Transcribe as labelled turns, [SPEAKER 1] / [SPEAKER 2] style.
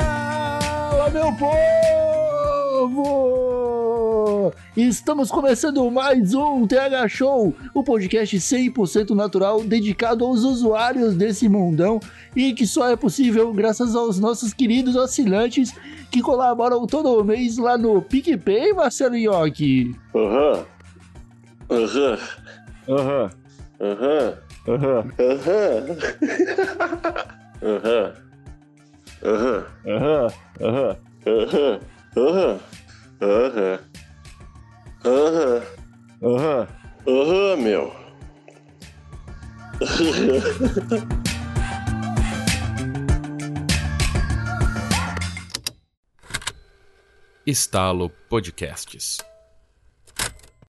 [SPEAKER 1] Fala, meu povo! Estamos começando mais um TH Show, o podcast 100% natural dedicado aos usuários desse mundão e que só é possível graças aos nossos queridos assinantes que colaboram todo mês lá no PicPay, Marcelo Nhoque.
[SPEAKER 2] Aham. Aham.
[SPEAKER 3] Aham,
[SPEAKER 2] Aham.
[SPEAKER 3] aham,
[SPEAKER 2] Aham. Aham. Aham.
[SPEAKER 3] aham, aham.
[SPEAKER 2] Aham. Aham. Aham. Aham.
[SPEAKER 3] aham.
[SPEAKER 2] Aham, meu.
[SPEAKER 4] Estalo Podcasts.